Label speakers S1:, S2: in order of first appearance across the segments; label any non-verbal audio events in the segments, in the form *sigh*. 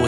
S1: 我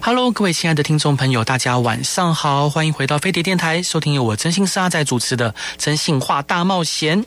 S1: Hello，各位亲爱的听众朋友，大家晚上好，欢迎回到飞碟电台，收听由我真心是阿仔主持的《真心话大冒险》。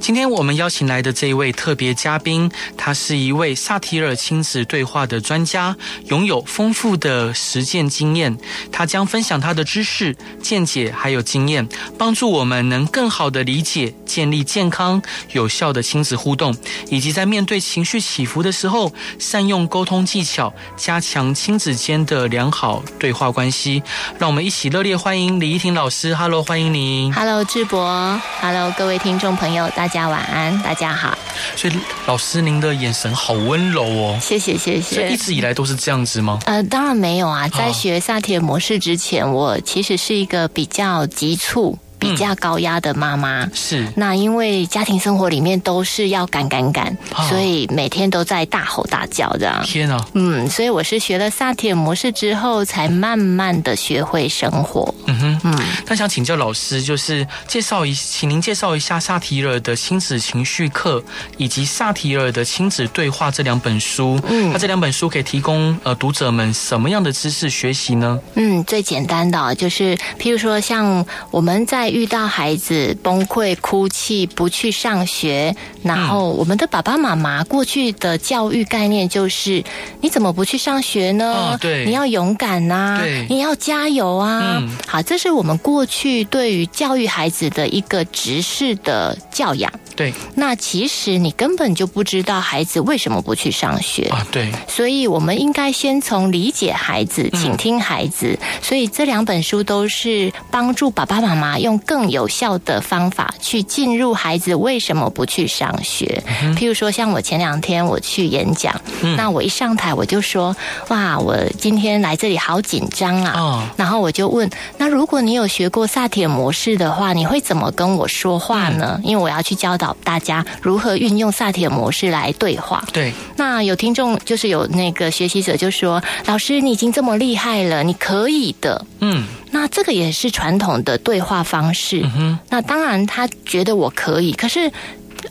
S1: 今天我们邀请来的这一位特别嘉宾，他是一位萨提尔亲子对话的专家，拥有丰富的实践经验。他将分享他的知识、见解还有经验，帮助我们能更好的理解、建立健康、有效的亲子互动，以及在面对情绪起伏的时候，善用沟通技巧，加强亲子间的良好对话关系。让我们一起热烈欢迎李依婷老师，Hello，欢迎您。
S2: Hello，智博，Hello，各位听众朋友，大家晚安，大家好，
S1: 所以老师，您的眼神好温柔哦。
S2: 谢谢谢
S1: 所以一
S2: 谢。
S1: 直以来都是这样子吗？
S2: 呃，当然没有啊，
S1: 哦
S2: 在学萨提尔模式之前，我其实是一个比较急促、
S1: 嗯
S2: 比较高压的妈妈。
S1: 是
S2: 那因为家庭生活里面都是要赶赶赶，
S1: 哦
S2: 所以每天都在大吼大叫这样。
S1: 天啊，
S2: 嗯，所以我是学了萨提尔模式之后，才慢慢的学会生活。
S1: 嗯哼。
S2: 嗯，
S1: 那想请教老师，就是介绍一，请您介绍一下萨提尔的亲子情绪课以及萨提尔的亲子对话这两本书。
S2: 嗯
S1: 那这两本书可以提供呃读者们什么样的知识学习呢？
S2: 嗯，最简单的哦就是，譬如说，像我们在遇到孩子崩溃、哭泣、不去上学，然后我们的爸爸妈妈过去的教育概念就是：你怎么不去上学呢？
S1: 哦对
S2: 你要勇敢呐、
S1: 对
S2: 你要加油啊！
S1: 嗯
S2: 好，这是我们过去对于教育孩子的一个直视的教养。
S1: 对
S2: 那其实你根本就不知道孩子为什么不去上学
S1: 啊，对，
S2: 所以我们应该先从理解孩子、倾听孩子。所以这两本书都是帮助爸爸妈妈用更有效的方法去进入孩子为什么不去上学。譬如说，像我前两天我去演讲，那我一上台我就说：“哇，我今天来这里好紧张啊！”
S1: 哦
S2: 然后我就问：“那如果你有学过萨提尔模式的话，你会怎么跟我说话呢？”因为我要去教导大家如何运用萨提尔模式来对话。
S1: 对，
S2: 那有听众就是有那个学习者就说：“老师，你已经这么厉害了，你可以的。
S1: 嗯”
S2: 那这个也是传统的对话方式。
S1: 哼
S2: 那当然，他觉得我可以，可是，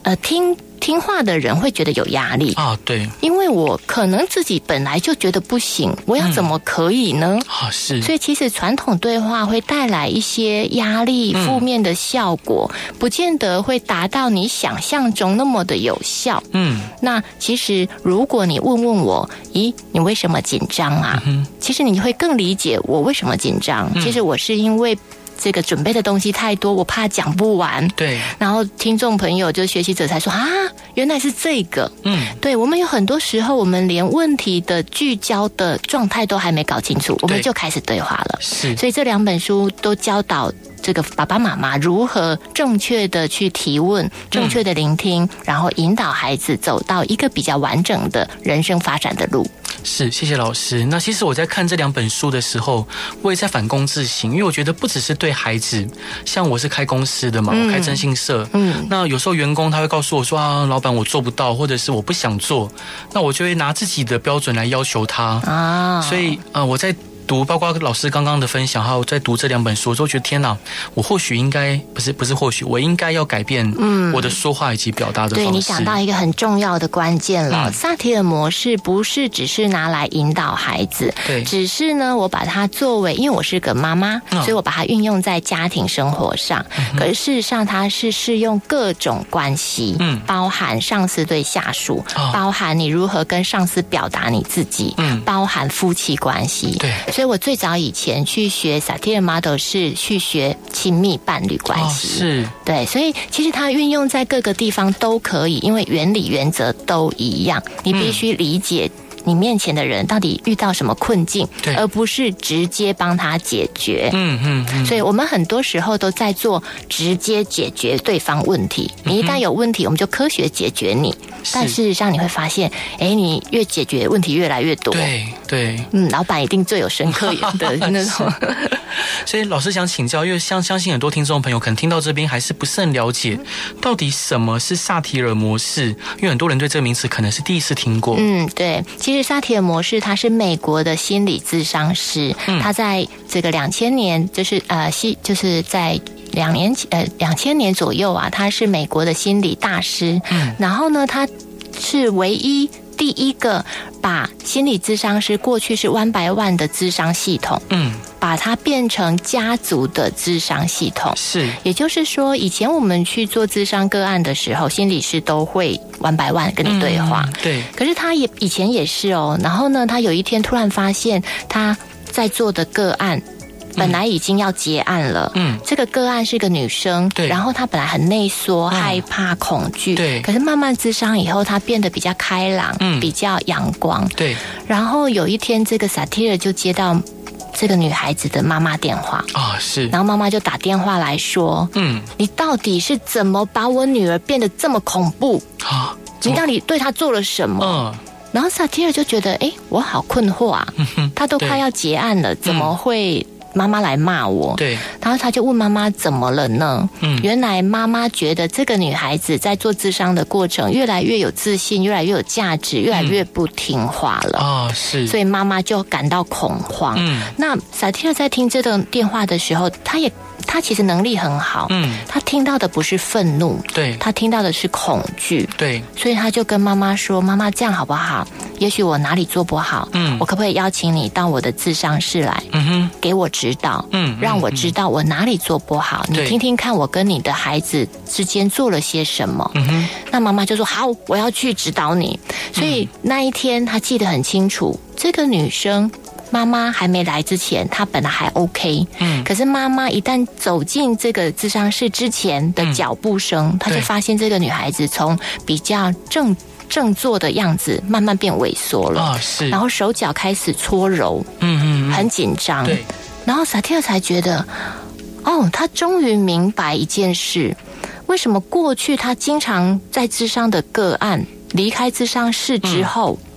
S2: 呃，听听话的人会觉得有压力，
S1: 啊，对
S2: 因为我可能自己本来就觉得不行，我要怎么可以呢？
S1: 啊是，
S2: 所以，其实传统对话会带来一些压力、
S1: 嗯
S2: 负面的效果，不见得会达到你想象中那么的有效。
S1: 嗯
S2: 那其实，如果你问问我，咦，你为什么紧张啊？
S1: 嗯
S2: 其实你会更理解我为什么紧张。其实我是因为这个准备的东西太多，我怕讲不完。
S1: 对，
S2: 然后听众朋友就是学习者才说啊，原来是这个。
S1: 嗯
S2: 对我们有很多时候，我们连问题的聚焦的状态都还没搞清楚，我们
S1: 对
S2: 就开始对话了。
S1: 是，
S2: 所以这两本书都教导这个爸爸妈妈如何正确的去提问、正确的聆听，然后引导孩子走到一个比较完整的人生发展的路。
S1: 是，谢谢老师。那其实我在看这两本书的时候，我也在反躬自省，因为我觉得不只是对孩子，像我是开公司的嘛，我开征信社，
S2: 嗯
S1: 那有时候员工他会告诉我说啊，老板我做不到，或者是我不想做，那我就会拿自己的标准来要求他。
S2: 啊，
S1: 所以呃，我在读，包括老师刚刚的分享，还有在读这两本书，我都觉得天哪，我或许应该不是不是或许，我应该要改变我的说话以及表达的方式。
S2: 嗯对你讲到一个很重要的关键了，
S1: 嗯
S2: 萨提尔模式不是只是拿来引导孩子，
S1: 对
S2: 只是呢，我把它作为，因为我是个妈妈，
S1: 嗯
S2: 所以我把它运用在家庭生活上。可是事实上，它是适用各种关系，
S1: 嗯
S2: 包含上司对下属，
S1: 哦
S2: 包含你如何跟上司表达你自己，
S1: 嗯
S2: 包含夫妻关系，
S1: 对
S2: 所以我最早以前去学萨提尔 model 是去学亲密伴侣关
S1: 哦
S2: 系，
S1: 是
S2: 对，所以其实它运用在各个地方都可以，因为原理原则都一样，
S1: 嗯
S2: 你必须理解。你面前的人到底遇到什么困境
S1: 对，
S2: 而不是直接帮他解决。
S1: 嗯嗯嗯，
S2: 所以我们很多时候都在做直接解决对方问题。
S1: 嗯
S2: 你一旦有问题，我们就科学解决你。但事实上，你会发现，哎，你越解决问题越来越多。
S1: 对对。 *laughs*
S2: 嗯，老板一定最有深刻的那种。
S1: 所以老师想请教，因为相相信很多听众朋友可能听到这边还是不是很了解，
S2: 嗯
S1: 到底什么是萨提尔模式？因为很多人对这个名词可能是第一次听过。
S2: 嗯，对，其实萨提尔模式他是美国的心理咨商师，他在这个两千年，就是呃西，就是在。两年前，呃，两千年左右啊，他是美国的心理大师。嗯，然后呢，他是唯一第一个把心理咨商师过去是 one by one 的咨商系统，
S1: 嗯，
S2: 把它变成家族的咨商系统。
S1: 是，
S2: 也就是说，以前我们去做咨商个案的时候，心理师都会 one by one 跟你对话。
S1: 嗯对，
S2: 可是他也以前也是哦，然后呢，他有一天突然发现他在做的个案。本来已经要结案了，
S1: 嗯，
S2: 这个个案是个女生，
S1: 对
S2: 然后她本来很内缩、
S1: 嗯
S2: 害怕、恐惧，
S1: 对
S2: 可是慢慢智商以后，她变得比较开朗，
S1: 嗯
S2: 比较阳光。
S1: 对，
S2: 然后有一天，这个萨提尔就接到这个女孩子的妈妈电话，
S1: 啊、是，
S2: 然后妈妈就打电话来说：“
S1: 嗯，
S2: 你到底是怎么把我女儿变得这么恐怖？
S1: 啊，怎
S2: 你
S1: 么
S2: 到底对她做了什么？”
S1: 嗯，
S2: 然后萨提尔就觉得，哎，我好困惑啊，他都快要结案了，怎么会妈妈来骂我？
S1: 对，
S2: 然后他就问妈妈怎么了呢？
S1: 嗯
S2: 原来妈妈觉得这个女孩子在做智商的过程越来越有自信，越来越有价值，越来越不听话了，
S1: 啊、是，
S2: 所以妈妈就感到恐慌。
S1: 嗯
S2: 那萨提尔在听这段电话的时候，他也他其实能力很好，
S1: 嗯，
S2: 他听到的不是愤怒，
S1: 对，
S2: 他听到的是恐惧。
S1: 对，
S2: 所以他就跟妈妈说：“妈妈，这样好不好？也许我哪里做不好，
S1: 嗯
S2: 我可不可以邀请你到我的智商室来，
S1: 嗯哼，
S2: 给我指导，
S1: 嗯，
S2: 让我知道我哪里做不好？你
S1: 对
S2: 听听看，我跟你的孩子之间做了些什么？”
S1: 嗯哼，
S2: 那妈妈就说：“好，我要去指导你。”
S1: 嗯
S2: 所以那一天他记得很清楚，这个女生。妈妈还没来之前，她本来还 OK，
S1: 嗯
S2: 可是妈妈一旦走进这个智商室之前的脚步声，她、就
S1: 嗯对
S2: 发现这个女孩子从比较正正坐的样子慢慢变萎缩了，
S1: 啊、是，
S2: 然后手脚开始搓揉，
S1: 嗯嗯嗯，
S2: 很紧张。
S1: 对，
S2: 然后萨提尔才觉得，哦，他终于明白一件事：为什么过去他经常在智商的个案离开智商室之后、
S1: 嗯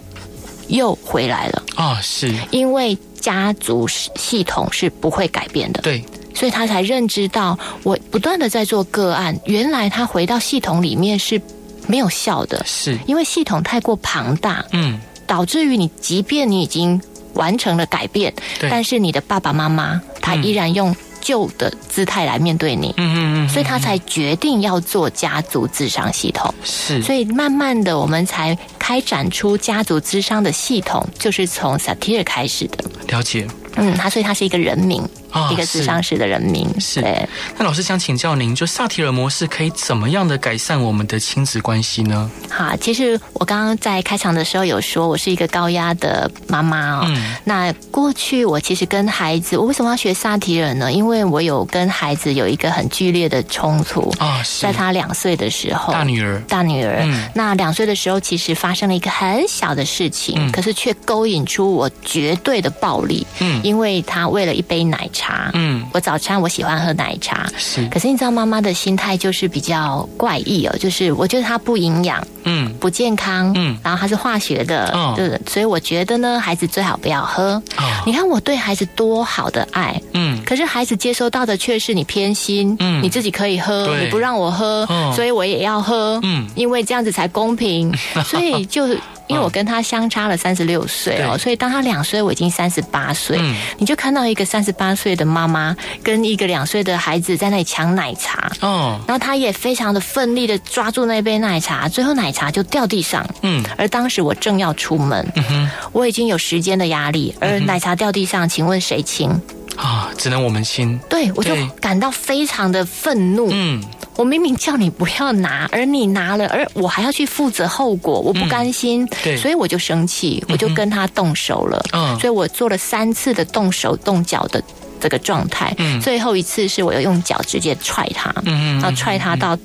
S2: 又回来了，
S1: 啊、是，
S2: 因为家族系统是不会改变的，
S1: 对，
S2: 所以他才认知到，我不断的在做个案，原来他回到系统里面是没有效的，
S1: 是，
S2: 因为系统太过庞大，
S1: 嗯，
S2: 导致于你，即便你已经完成了改变，
S1: 对，
S2: 但是你的爸爸妈妈他依然用旧的姿态来面对你，
S1: 嗯嗯嗯，
S2: 所以他才决定要做家族智商系统。
S1: 是，
S2: 所以慢慢的，我们才开展出家族智商的系统，就是从萨提尔开始的。
S1: 了解。
S2: 嗯，他所以他是一个人名，
S1: 啊
S2: 一个智商师的人名。
S1: 是
S2: 对
S1: 那老师想请教您，就萨提尔模式可以怎么样的改善我们的亲子关系呢？
S2: 好，其实我刚刚在开场的时候有说，我是一个高压的妈妈哦。
S1: 嗯
S2: 那过去我其实跟孩子，我为什么要学萨提尔呢？因为我有跟孩子有一个很剧烈的冲突。
S1: 啊、是
S2: 在他哦两岁的时候，
S1: 大女儿，
S2: 大女儿，
S1: 嗯
S2: 那两岁的时候，其实发生了一个很小的事情，
S1: 嗯
S2: 可是却勾引出我绝对的暴力，
S1: 嗯
S2: 因为她为了一杯奶茶，
S1: 嗯
S2: 我早餐我喜欢喝奶茶，
S1: 是
S2: 可是你知道妈妈的心态就是比较怪异哦，就是我觉得它不营养、
S1: 嗯
S2: 不健康，
S1: 嗯
S2: 然后它是化学的，
S1: 哦
S2: 对，所以我觉得呢，孩子最好不要喝。
S1: 啊
S2: 你看我对孩子多好的爱，
S1: 嗯
S2: 可是孩子接收到的却是你偏心，
S1: 嗯
S2: 你自己可以喝，
S1: 对
S2: 你不让我喝，
S1: 嗯
S2: 所以我也要喝，
S1: 嗯
S2: 因为这样子才公平。
S1: *laughs*
S2: 所以就因为我跟他相差了三十六岁哦，
S1: 对
S2: 所以当他两岁，我已经三十八岁，
S1: 嗯
S2: 你就看到一个三十八岁的妈妈跟一个两岁的孩子在那里抢奶茶。
S1: 哦
S2: 然后他也非常的奋力的抓住那杯奶茶，最后奶茶就掉地上。
S1: 嗯
S2: 而当时我正要出门，
S1: 哼
S2: 我已经有时间的压力，
S1: 嗯
S2: 而奶茶掉地上，请问谁清？
S1: 啊，只能我们亲。
S2: 对，我就
S1: 对
S2: 感到非常的愤怒。
S1: 嗯
S2: 我明明叫你不要拿，而你拿了，而我还要去负责后果，我不甘心，
S1: 嗯对
S2: 所以我就生气，我就跟他动手了。
S1: 嗯
S2: 所以我做了三次的动手动脚的这个状态。
S1: 嗯
S2: 最后一次是我有用脚直接踹他，
S1: 嗯嗯
S2: 然后踹他到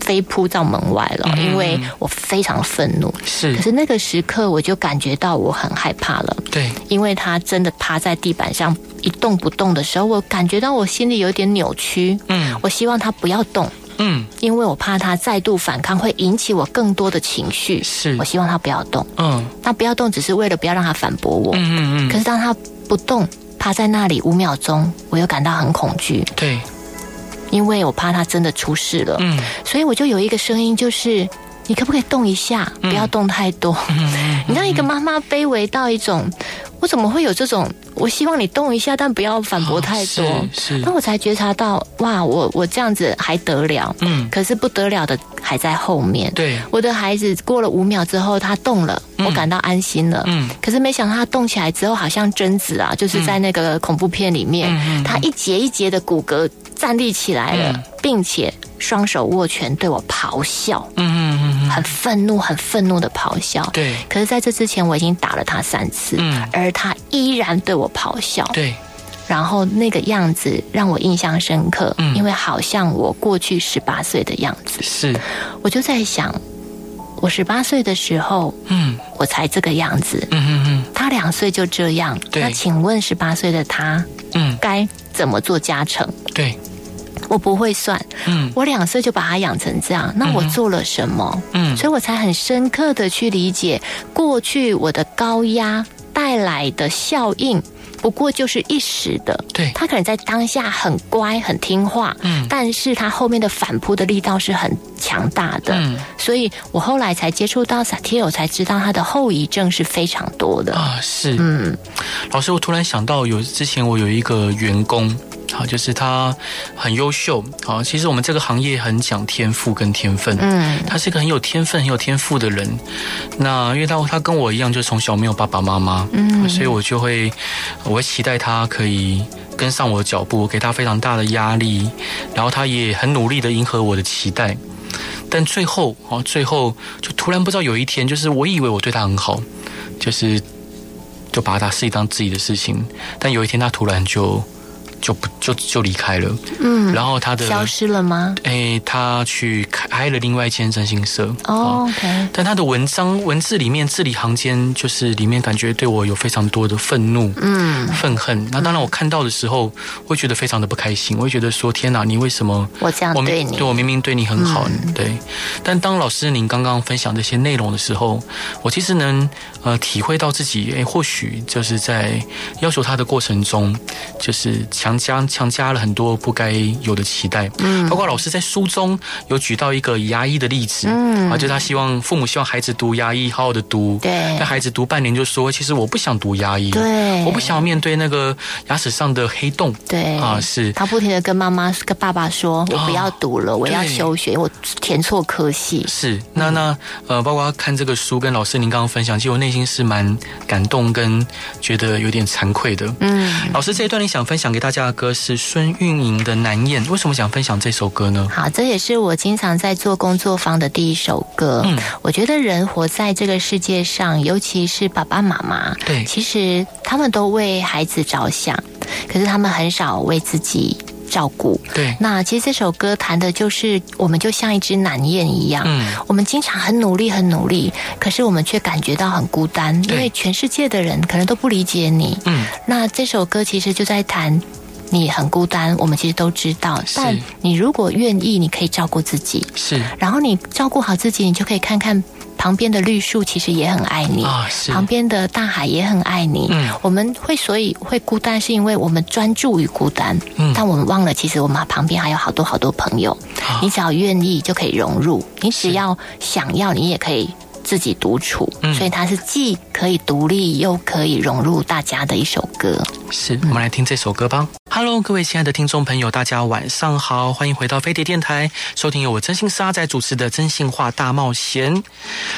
S2: 飞扑到门外了，
S1: 嗯
S2: 因为我非常愤怒。
S1: 是
S2: 可，是那个时刻，我就感觉到我很害怕了。
S1: 对
S2: 因为他真的趴在地板上一动不动的时候，我感觉到我心里有点扭曲。
S1: 嗯
S2: 我希望他不要动，
S1: 嗯
S2: 因为我怕他再度反抗会引起我更多的情绪。
S1: 是
S2: 我希望他不要动。
S1: 嗯
S2: 他不要动，只是为了不要让他反驳我。
S1: 嗯嗯嗯
S2: 可是当他不动。趴在那里五秒钟，我又感到很恐惧，
S1: 对，
S2: 因为我怕他真的出事了。
S1: 嗯
S2: 所以我就有一个声音，就是你可不可以动一下，不要动太多。
S1: 嗯
S2: 你让一个妈妈卑微到一种，我怎么会有这种？我希望你动一下，但不要反驳太多。
S1: 嗯哦是
S2: 那
S1: 是，
S2: 我才觉察到，哇，我我这样子还得了？
S1: 嗯，
S2: 可是不得了的还在后面。
S1: 对，
S2: 我的孩子过了五秒之后，他动了，
S1: 嗯
S2: 我感到安心了。
S1: 嗯
S2: 可是没想到他动起来之后，好像贞子啊，就是在那个恐怖片里面，
S1: 嗯嗯
S2: 他一节一节的骨骼站立起来了，
S1: 嗯
S2: 并且双手握拳对我咆哮，
S1: 嗯嗯嗯嗯，
S2: 很愤怒、很愤怒的咆哮。
S1: 对，
S2: 可是在这之前，我已经打了他三次，
S1: 嗯
S2: 而他依然对我咆哮，
S1: 对，
S2: 然后那个样子让我印象深刻，
S1: 嗯
S2: 因为好像我过去十八岁的样子。
S1: 是，
S2: 我就在想，我十八岁的时候，
S1: 嗯
S2: 我才这个样子
S1: 嗯，嗯
S2: 他两岁就这样。
S1: 对
S2: 那请问十八岁的他
S1: 嗯嗯，
S2: 该怎么做加成？
S1: 对，
S2: 我不会算，
S1: 嗯
S2: 我两岁就把他养成这样，那我做了什么？
S1: 嗯
S2: 所以我才很深刻的去理解过去我的高压带来的效应，不过就是一时的。
S1: 对，
S2: 他可能在当下很乖很听话，
S1: 嗯
S2: 但是他后面的反扑的力道是很强大的。
S1: 嗯
S2: 所以我后来才接触到萨提尔，才知道他的后遗症是非常多的。
S1: 啊是，
S2: 嗯，
S1: 老师，我突然想到有之前我有一个员工，好，就是他很优秀，好，其实我们这个行业很讲天赋跟天分，
S2: 嗯，
S1: 他是一个很有天分、很有天赋的人。那因为他他跟我一样，就从小没有爸爸妈妈，嗯，所以我就会我会期待他可以。跟上我的脚步，我给他非常大的压力，然后他也很努力的迎合我的期待，但最后哦，最后就突然不知道有一天，就是我以为我对他很好，就是就把他事情当自己的事情，但有一天他突然就就不就就离开了，嗯，然后他的
S2: 消失了吗？
S1: 诶，他去开开了另外一间征信社
S2: 哦、o k
S1: 但他的文章文字里面字里行间，就是里面感觉对我有非常多的愤怒、
S2: 嗯，
S1: 愤恨。那当然，我看到的时候会觉得非常的不开心，我会觉得说：天哪，你为什么？
S2: 我这样
S1: 我明
S2: 对你，嗯
S1: 我明明对你很好，对。但当老师您刚刚分享这些内容的时候，我其实能呃体会到自己，诶，或许就是在要求他的过程中，就是强加强加了很多不该有的期待，嗯，包括老师在书中有举到一个牙医的例子，
S2: 嗯
S1: 啊，就他希望父母希望孩子读牙医，好好的读， *laughs*
S2: 对
S1: 但孩子读半年就说，其实我不想读牙医，
S2: 对
S1: 我不想要面对那个牙齿上的黑洞，
S2: 对
S1: 啊，是，
S2: 他不停的跟妈妈、跟爸爸说：“我不要读了，我要
S1: 哦对
S2: 休学，我填错科系。
S1: 是，那
S2: 嗯
S1: 那呃，包括看这个书跟老师您刚刚分享，其实我内心是蛮感动跟觉得有点惭愧的。”
S2: 嗯，
S1: 老师这一段你想分享给大家的歌是孙运莹的《难厌》，为什么想分享这首歌呢？
S2: 好，这也是我经常在做工作坊的第一首歌。
S1: 嗯
S2: 我觉得人活在这个世界上，尤其是爸爸妈妈，
S1: 对，
S2: 其实他们都为孩子着想，可是他们很少为自己照顾。
S1: 对，
S2: 那其实这首歌谈的就是，我们就像一只南雁一样。
S1: 嗯，
S2: 我们经常很努力，很努力，可是我们却感觉到很孤单，因
S1: 对
S2: 为全世界的人可能都不理解你。
S1: 嗯，
S2: 那这首歌其实就在谈你很孤单，我们其实都知道，
S1: 是
S2: 但你如果愿意，你可以照顾自己，
S1: 是
S2: 然后你照顾好自己，你就可以看看旁边的绿树，其实也很爱你。
S1: 啊，是，
S2: 旁边的大海也很爱你。
S1: 嗯
S2: 我们会所以会孤单，是因为我们专注于孤单，
S1: 嗯
S2: 但我们忘了其实我们旁边还有好多好多朋友。
S1: 啊
S2: 你只要愿意就可以融入，你只
S1: 是
S2: 要想要，你也可以。自己独处，
S1: 嗯
S2: 所以它是既可以独立又可以融入大家的一首歌。
S1: 是，我们来听这首歌吧。Hello，各位亲爱的听众朋友，大家晚上好，欢迎回到飞碟电台，收听由我真心沙仔主持的《真心话大冒险》。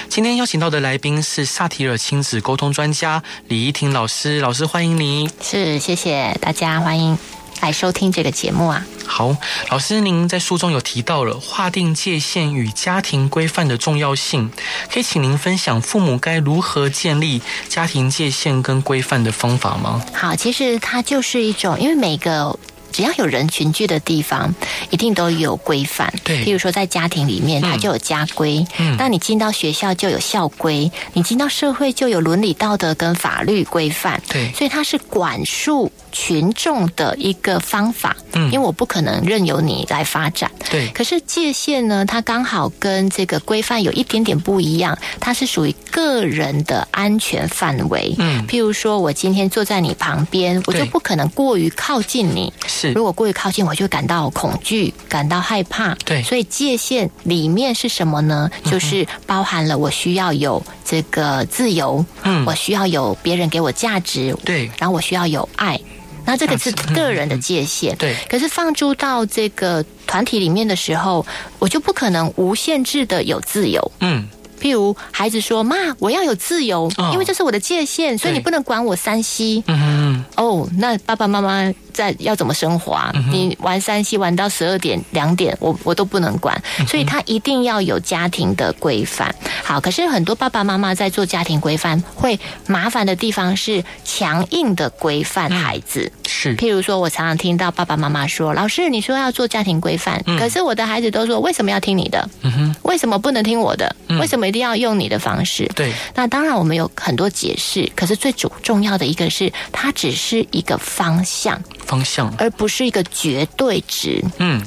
S1: 今天邀请到的来宾是萨提尔亲子沟通专家李怡婷老师，老师欢迎你。
S2: 是，谢谢大家，欢迎来收听这个节目啊。
S1: 好，老师，您在书中有提到了划定界限与家庭规范的重要性，可以请您分享父母该如何建立家庭界限跟规范的方法吗？
S2: 好，其实它就是一种，因为每个。只要有人群聚的地方，一定都有规范。
S1: 对
S2: 譬如说在家庭里面，它就有家规。
S1: 嗯
S2: 那你进到学校就有校规，你进到社会就有伦理道德跟法律规范。
S1: 对
S2: 所以它是管束群众的一个方法，
S1: 嗯
S2: 因为我不可能任由你来发展。
S1: 对，
S2: 可是界限呢，它刚好跟这个规范有一点点不一样，它是属于个人的安全范围。
S1: 嗯，
S2: 譬如说，我今天坐在你旁边，我就
S1: 对
S2: 不可能过于靠近你。
S1: 是
S2: 如果过于靠近，我就感到恐惧，感到害怕。
S1: 对嗯
S2: 所以界限里面是什么呢？就是包含了我需要有这个自由，
S1: 嗯
S2: 我需要有别人给我价值，
S1: 对
S2: 然后我需要有爱。那这个是
S1: 价值嗯
S2: 个人的界限，
S1: 对
S2: 可是放诸到这个团体里面的时候，我就不可能无限制的有自由。
S1: 嗯
S2: 譬如孩子说：“妈，我要有自由，
S1: 哦
S2: 因为这是我的界限，所以
S1: 对
S2: 你不能管我三 C。”
S1: 嗯嗯
S2: 哦，那爸爸妈妈在要怎么生活啊？你玩三 C 玩到十二点两点，我我都不能管，
S1: 嗯
S2: 所以他一定要有家庭的规范。好，可是很多爸爸妈妈在做家庭规范，会麻烦的地方是强硬的规范
S1: 嗯
S2: 孩子。
S1: 是
S2: 譬如说，我常常听到爸爸妈妈说：“老师，你说要做家庭规范，可是我的孩子都说为什么要听你的？
S1: 嗯
S2: 为什么不能听我的？为什么一定要用你的方式？”
S1: 对
S2: 那当然，我们有很多解释，可是最主重要的一个是，它只是一个方向，
S1: 方向，
S2: 而不是一个绝对值。
S1: 嗯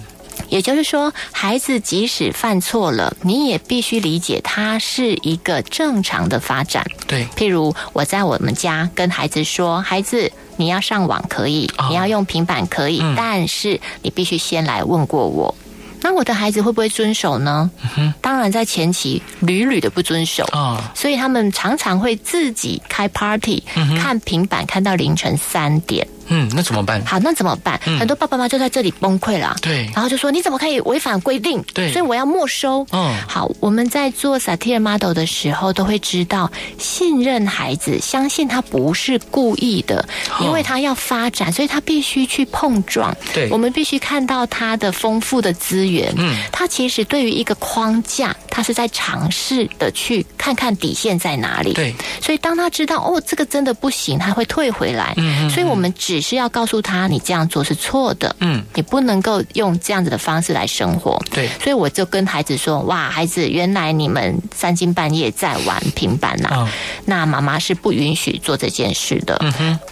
S2: 也就是说，孩子即使犯错了，你也必须理解它是一个正常的发展。
S1: 对
S2: 譬如我在我们家跟孩子说，孩子。你要上网可以，
S1: 哦嗯
S2: 你要用平板可以，但是你必须先来问过我。那我的孩子会不会遵守呢？
S1: 嗯
S2: 当然，在前期屡屡的不遵守，
S1: 啊
S2: 所以他们常常会自己开 party，、看平板看到凌晨三点。
S1: 嗯，那怎么办？
S2: 好，那怎么办？
S1: 嗯
S2: 很多爸爸妈妈就在这里崩溃了。啊
S1: 对
S2: 然后就说你怎么可以违反规定？
S1: 对
S2: 所以我要没收。
S1: 嗯
S2: 好，我们在做 satire model 的时候，都会知道信任孩子，相信他不是故意的，
S1: 哦
S2: 因为他要发展，所以他必须去碰撞。
S1: 对
S2: 我们必须看到他的丰富的资源。
S1: 嗯，
S2: 他其实对于一个框架，他是在尝试的去看看底线在哪里。
S1: 对
S2: 所以当他知道哦，这个真的不行，他会退回来。
S1: 嗯
S2: 所以我们只是要告诉他，你这样做是错的。
S1: 嗯，
S2: 你不能够用这样子的方式来生活。
S1: 对
S2: 所以我就跟孩子说：“哇，孩子，原来你们三更半夜在玩平板呐、
S1: 啊
S2: 那妈妈是不允许做这件事的。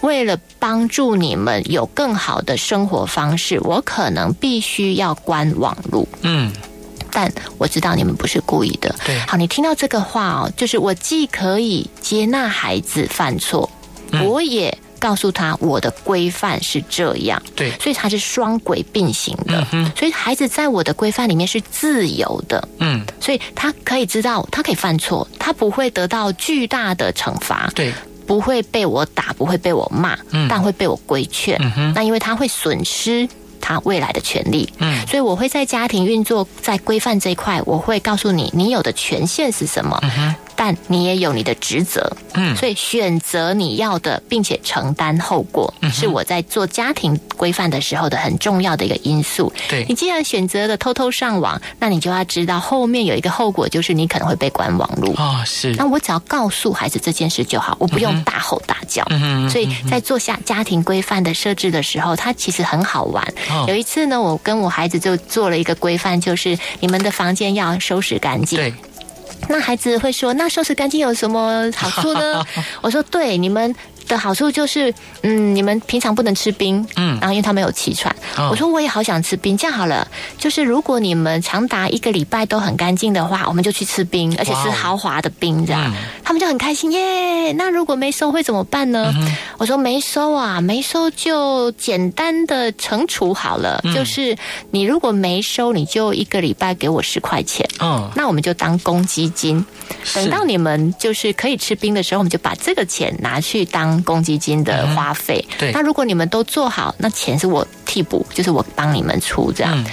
S2: 为了帮助你们有更好的生活方式，我可能必须要关网络。
S1: 嗯
S2: 但我知道你们不是故意的。
S1: 对
S2: 好，你听到这个话哦，就是我既可以接纳孩子犯错，我也告诉他我的规范是这样，
S1: 对嗯
S2: 所以它是双轨并行的。所以孩子在我的规范里面是自由的，
S1: 嗯
S2: 所以他可以知道他可以犯错，他不会得到巨大的惩罚。
S1: 对
S2: 不会被我打，不会被我骂，
S1: 嗯
S2: 但会被我规劝。那因为他会损失他未来的权利，
S1: 嗯
S2: 所以我会在家庭运作、在规范这一块，我会告诉你你有的权限是什么，但你也有你的职责。
S1: 嗯
S2: 所以选择你要的，并且承担后果，是我在做家庭规范的时候的很重要的一个因素。
S1: 对
S2: 你既然选择了偷偷上网，那你就要知道后面有一个后果，就是你可能会被关网路。
S1: 啊是
S2: 那我只要告诉孩子这件事就好，我不用大吼大叫。
S1: 嗯
S2: 所以在做下家庭规范的设置的时候，它其实很好玩。
S1: 哦
S2: 有一次呢，我跟我孩子就做了一个规范，就是你们的房间要收拾干净。
S1: 对
S2: 那孩子会说：“那收拾干净有什么好处呢？”
S1: *laughs*
S2: 我说：“对，你们的好处就是，嗯，你们平常不能吃冰，
S1: 嗯
S2: 然后因为他们有气喘。
S1: 哦
S2: 我说：“我也好想吃冰，这样好了，就是如果你们长达一个礼拜都很干净的话，我们就去吃冰，而且
S1: 哇
S2: 吃
S1: 哦
S2: 豪华的冰，这样、
S1: 嗯
S2: 他们就很开心耶。那如果没收会怎么办呢？”
S1: 嗯
S2: 我说：“没收啊，没收就简单的惩处好了，
S1: 嗯
S2: 就是你如果没收，你就一个礼拜给我十块钱。”
S1: 嗯
S2: 那我们就当公积金，
S1: 是
S2: 等到你们就是可以吃冰的时候，我们就把这个钱拿去当公积金的花费。
S1: 嗯对
S2: 那如果你们都做好，那钱是我替补，就是我帮你们出这样。
S1: 嗯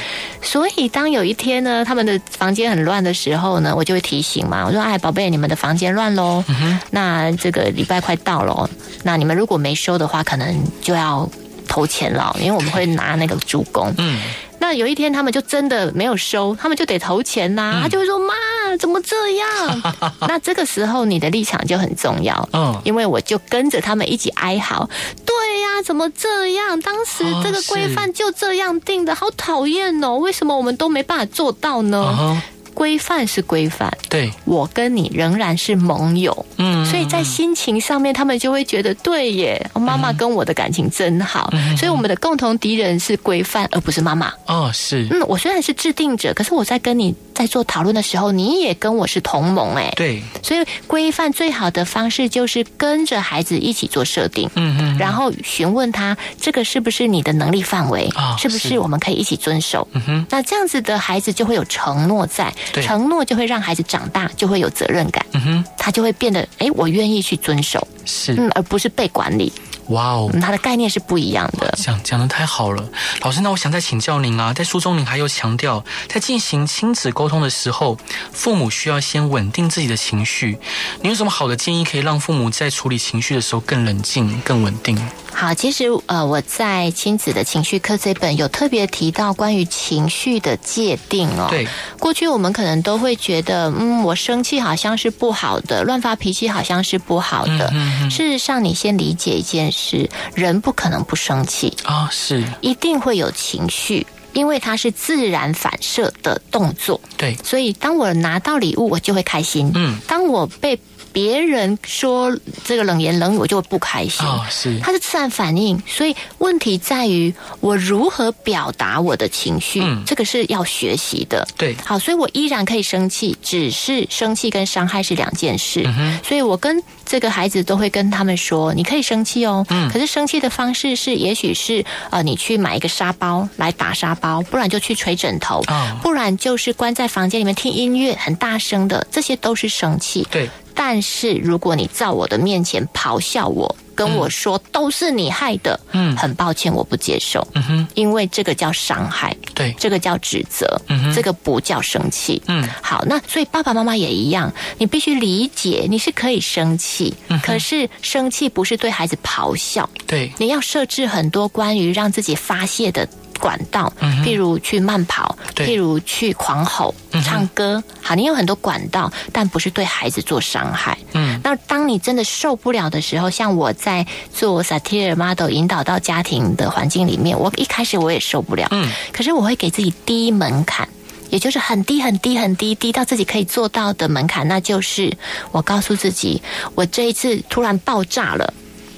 S2: 所以当有一天呢，他们的房间很乱的时候呢，我就会提醒嘛，我说：“哎，宝贝，你们的房间乱喽，
S1: 嗯
S2: 那这个礼拜快到了哦，那你们如果没收的话，可能就要投钱了，因为我们会拿那个助攻。”
S1: 嗯
S2: 那有一天他们就真的没有收，他们就得投钱呐、
S1: 嗯
S2: 他就会说：“妈，怎么这样？” *laughs* 那这个时候你的立场就很重要，
S1: 嗯
S2: 因为我就跟着他们一起哀嚎：“对呀、怎么这样？当时这个
S1: 哦是
S2: 规范就这样定的，好讨厌哦！为什么我们都没办法做到呢？”
S1: 啊哈
S2: 规范是规范，
S1: 对，
S2: 我跟你仍然是盟友，
S1: 嗯，
S2: 所以在心情上面，他们就会觉得对耶，妈
S1: 嗯
S2: 妈跟我的感情真好。所以我们的共同敌人是规范，而不是妈妈。
S1: 哦是，
S2: 嗯，我虽然是制定者，可是我在跟你在做讨论的时候，你也跟我是同盟哎。
S1: 对，
S2: 所以规范最好的方式就是跟着孩子一起做设定，
S1: 嗯嗯，
S2: 然后询问他这个是不是你的能力范围，
S1: 啊
S2: 是不
S1: 是
S2: 是我们可以一起遵守？
S1: 嗯哼，
S2: 那这样子的孩子就会有承诺在，
S1: 对
S2: 承诺就会让孩子长大就会有责任感，
S1: 嗯哼，
S2: 他就会变得诶，我愿意去遵守，
S1: 是，
S2: 嗯，而不是被管理，
S1: 哇哦。
S2: 嗯，他的概念是不一样的。
S1: 讲讲的太好了，老师，那我想再请教您啊，在书中您还有强调，在进行亲子沟通的时候，父母需要先稳定自己的情绪。你有什么好的建议可以让父母在处理情绪的时候更冷静、更稳定？
S2: 好，其实呃，我在亲子的情绪课这本有特别提到关于情绪的界定哦。
S1: 对，
S2: 过去我们可能都会觉得，嗯，我生气好像是不好的，乱发脾气好像是不好的。
S1: 嗯
S2: 事实上，你先理解一件事：人不可能不生气，
S1: 啊、是
S2: 一定会有情绪，因为它是自然反射的动作。
S1: 对，
S2: 所以，当我拿到礼物，我就会开心；
S1: 嗯，
S2: 当我被别人说这个冷言冷语，我就会不开心。
S1: 啊、是，
S2: 它是自然反应，所以问题在于我如何表达我的情绪，
S1: 嗯
S2: 这个是要学习的。
S1: 对，
S2: 好，所以我依然可以生气，只是生气跟伤害是两件事。
S1: 嗯哼
S2: 所以我跟这个孩子都会跟他们说，你可以生气哦，
S1: 嗯
S2: 可是生气的方式是，也许是呃，你去买一个沙包来打沙包，不然就去捶枕头，
S1: 哦
S2: 不然就是关在房间里面听音乐，很大声的，这些都是生气。
S1: 对，
S2: 但是如果你在我的面前咆哮我，跟我说、都是你害的，
S1: 嗯
S2: 很抱歉，我不接受，
S1: 嗯哼，
S2: 因为这个叫伤害，
S1: 对，
S2: 这个叫指责，
S1: 嗯哼
S2: 这个不叫生气。
S1: 嗯，
S2: 好，那所以爸爸妈妈也一样，你必须理解，你是可以生气，
S1: 嗯
S2: 可是生气不是对孩子咆哮，
S1: 对，
S2: 你要设置很多关于让自己发泄的管道，譬如去慢跑，
S1: 嗯对嗯
S2: 譬如去狂吼、唱歌。好，你有很多管道，但不是对孩子做伤害。
S1: 嗯，
S2: 那当你真的受不了的时候，像我在做 satire model 引导到家庭的环境里面，我一开始我也受不了，
S1: 嗯，
S2: 可是我会给自己低门槛。也就是很低很低很低，低到自己可以做到的门槛，那就是我告诉自己，我这一次突然爆炸了，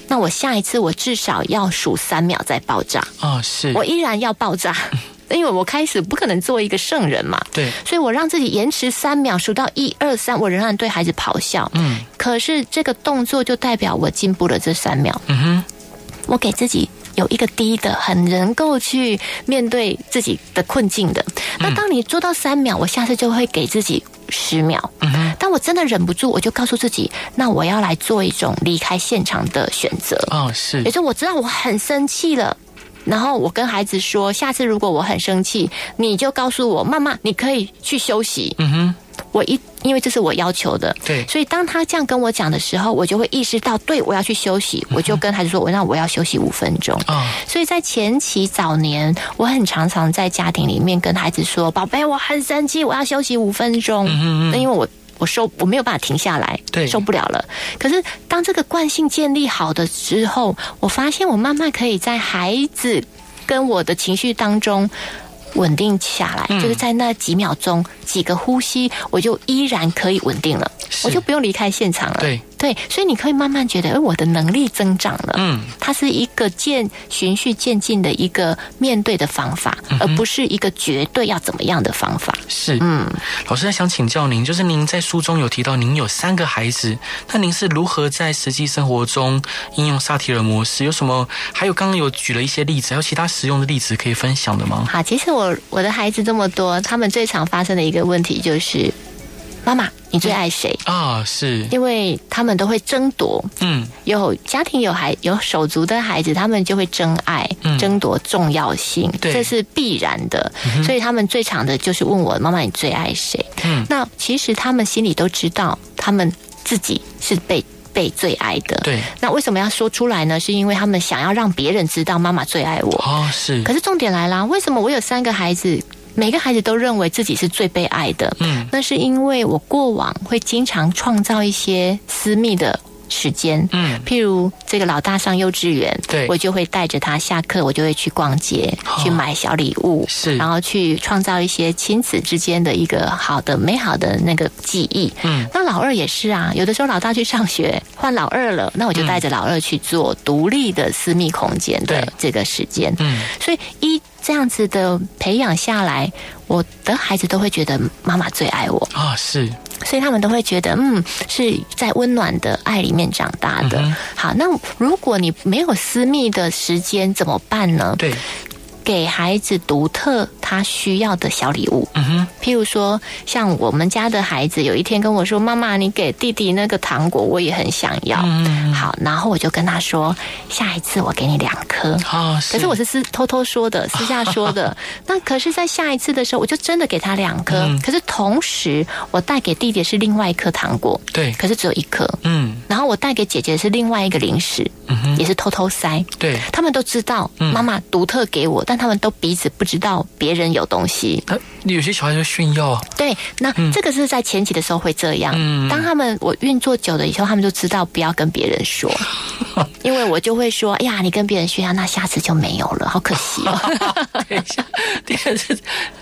S2: 那我下一次我至少要数三秒再爆炸，
S1: 啊、是，
S2: 我依然要爆炸，
S1: *laughs*
S2: 因为我开始不可能做一个圣人嘛，
S1: 对，
S2: 所以我让自己延迟三秒，数到一二三，我仍然对孩子咆哮。
S1: 嗯
S2: 可是这个动作就代表我进步了这三秒，
S1: 嗯哼，
S2: 我给自己有一个低的，很能够去面对自己的困境的。
S1: 嗯
S2: 那当你做到三秒，我下次就会给自己十秒。
S1: 嗯哼，
S2: 当我真的忍不住，我就告诉自己，那我要来做一种离开现场的选择。
S1: 啊、是
S2: 也，就是我知道我很生气了。然后我跟孩子说，下次如果我很生气，你就告诉我，妈妈，你可以去休息。
S1: 嗯哼，
S2: 我一因为这是我要求的，
S1: 对，
S2: 所以当他这样跟我讲的时候，我就会意识到，对我要去休息。
S1: 嗯
S2: 我就跟孩子说，我那我要休息五分钟。
S1: 啊、
S2: 所以在前期早年，我很常常在家庭里面跟孩子说：“宝贝，我很生气，我要休息五分钟。”
S1: 嗯嗯
S2: 那因为我我受我没有办法停下来，
S1: 对
S2: 受不了了。可是当这个惯性建立好的之后，我发现我慢慢可以在孩子跟我的情绪当中。稳定下来，
S1: 嗯
S2: 就是在那几秒钟、几个呼吸，我就依然可以稳定了，
S1: 是
S2: 我就不用离开现场了。
S1: 对，
S2: 对，所以你可以慢慢觉得，哎，我的能力增长了。
S1: 嗯，
S2: 它是一个渐循序渐进的一个面对的方法，而不是一个绝对要怎么样的方法。
S1: 是，嗯，老师，想请教您，就是您在书中有提到您有三个孩子，那您是如何在实际生活中应用萨提尔模式？有什么？还有刚刚有举了一些例子，还有其他实用的例子可以分享的吗？
S2: 好，其实我我的孩子这么多，他们最常发生的一个问题就是，妈妈，你最爱谁？
S1: 啊，是，
S2: 因为他们都会争夺，
S1: 嗯，
S2: 有家庭有孩有手足的孩子，他们就会争爱、
S1: 嗯
S2: 争夺重要性，
S1: 对
S2: 这是必然的。所以他们最常的就是问我：“妈妈，你最爱谁？”
S1: 嗯
S2: 那其实他们心里都知道，他们自己是被被最爱的。
S1: 对，
S2: 那为什么要说出来呢？是因为他们想要让别人知道妈妈最爱我。
S1: 哦，是
S2: 可，是重点来啦，为什么我有三个孩子，每个孩子都认为自己是最被爱的？
S1: 嗯，
S2: 那是因为我过往会经常创造一些私密的时间。
S1: 嗯，
S2: 譬如这个老大上幼稚园，
S1: 对
S2: 我就会带着他下课，我就会去逛街，
S1: 哦
S2: 去买小礼物，
S1: 是
S2: 然后去创造一些亲子之间的一个好的、美好的那个记忆。
S1: 嗯，
S2: 那老二也是啊，有的时候老大去上学，换老二了，那我就带着老二去做独立的私密空间
S1: 嗯对
S2: 的这个时间。
S1: 嗯，
S2: 所以一这样子的培养下来，我的孩子都会觉得妈妈最爱我，
S1: 啊、是，
S2: 所以他们都会觉得，嗯，是在温暖的爱里面长大的。
S1: 嗯哼
S2: 好，那如果你没有私密的时间怎么办呢？
S1: 对，
S2: 给孩子独特他需要的小礼物，
S1: 嗯哼，
S2: 譬如说，像我们家的孩子有一天跟我说：“妈妈，你给弟弟那个糖果，我也很想要。
S1: 嗯，
S2: 好，然后我就跟他说：“下一次我给你两颗。”
S1: 啊、是，
S2: 可是我是私偷偷
S1: *laughs*
S2: 说的，私下说的。那可是，在下一次的时候，我就真的给他两颗。
S1: 嗯
S2: 可是同时，我带给弟弟是另外一颗糖果，
S1: 对，
S2: 可是只有一颗。
S1: 嗯
S2: 然后我带给姐姐是另外一个零食，
S1: 嗯哼，
S2: 也是偷偷塞。
S1: 对，
S2: 他们都知道
S1: 嗯
S2: 妈妈独特给我，但他们都彼此不知道别人有东西。
S1: 那啊有些小孩会炫耀 *laughs* 啊，
S2: 对，那
S1: 嗯
S2: 这个是在前期的时候会这样。
S1: 嗯
S2: 当他们我运作久了以后，他们就知道不要跟别人
S1: *laughs*
S2: 说，因为我就会说：“哎呀，你跟别人炫耀，那下次就没有了，好可惜哦。”
S1: 等一下， *laughs* 等一下，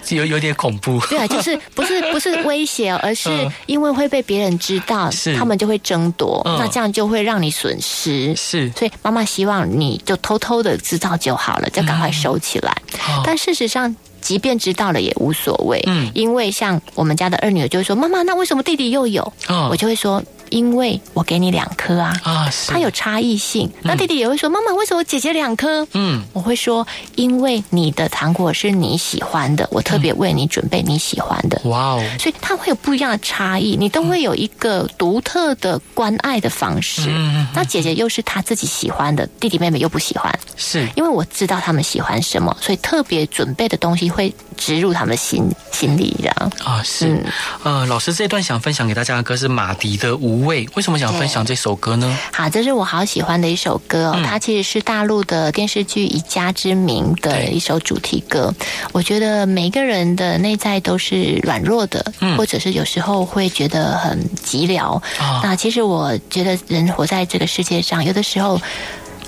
S1: 这有有点恐 *laughs* 怖，
S2: 对啊，就是不是不是威胁，而是
S1: 嗯
S2: 因为会被别人知道
S1: 是，
S2: 他们就会争夺，
S1: 嗯
S2: 那这样就会让你损失。
S1: 是，
S2: 所以妈妈希望你就偷偷的知道就好了，就赶快收起来。
S1: 哦
S2: 但事实上，即便知道了也无所谓，
S1: 嗯
S2: 因为像我们家的二女儿就会说：“妈妈，那为什么弟弟又有？”
S1: 哦
S2: 我就会说：“因为我给你两颗啊，
S1: 啊，是，
S2: 它有，差异性。”那弟弟也会说：“妈妈，为什么姐姐两颗？”
S1: 嗯，
S2: 我会说，因为你的糖果是你喜欢的，我特
S1: 嗯
S2: 别为你准备你喜欢的，
S1: 哇哦，
S2: 所以它会有不一样的差异，你都会有一个独特的关爱的方式。
S1: 嗯，
S2: 那姐姐又是她自己喜欢的，弟弟妹妹又不喜欢，
S1: 是，
S2: 因为我知道他们喜欢什么，所以特别准备的东西会植入他们的心心里，这样。
S1: 啊，是，
S2: 嗯
S1: 呃，老师这一段想分享给大家的歌是马迪的《无畏》，为什么想分享这首歌呢？
S2: 好，这是我好喜欢的一首歌、哦，
S1: 嗯
S2: 它其实是大陆的电视剧《以家之名》的
S1: 对
S2: 一首主题歌。我觉得每个人的内在都是软弱的，
S1: 嗯
S2: 或者是有时候会觉得很寂寥。
S1: 啊、
S2: 那其实我觉得人活在这个世界上，有的时候。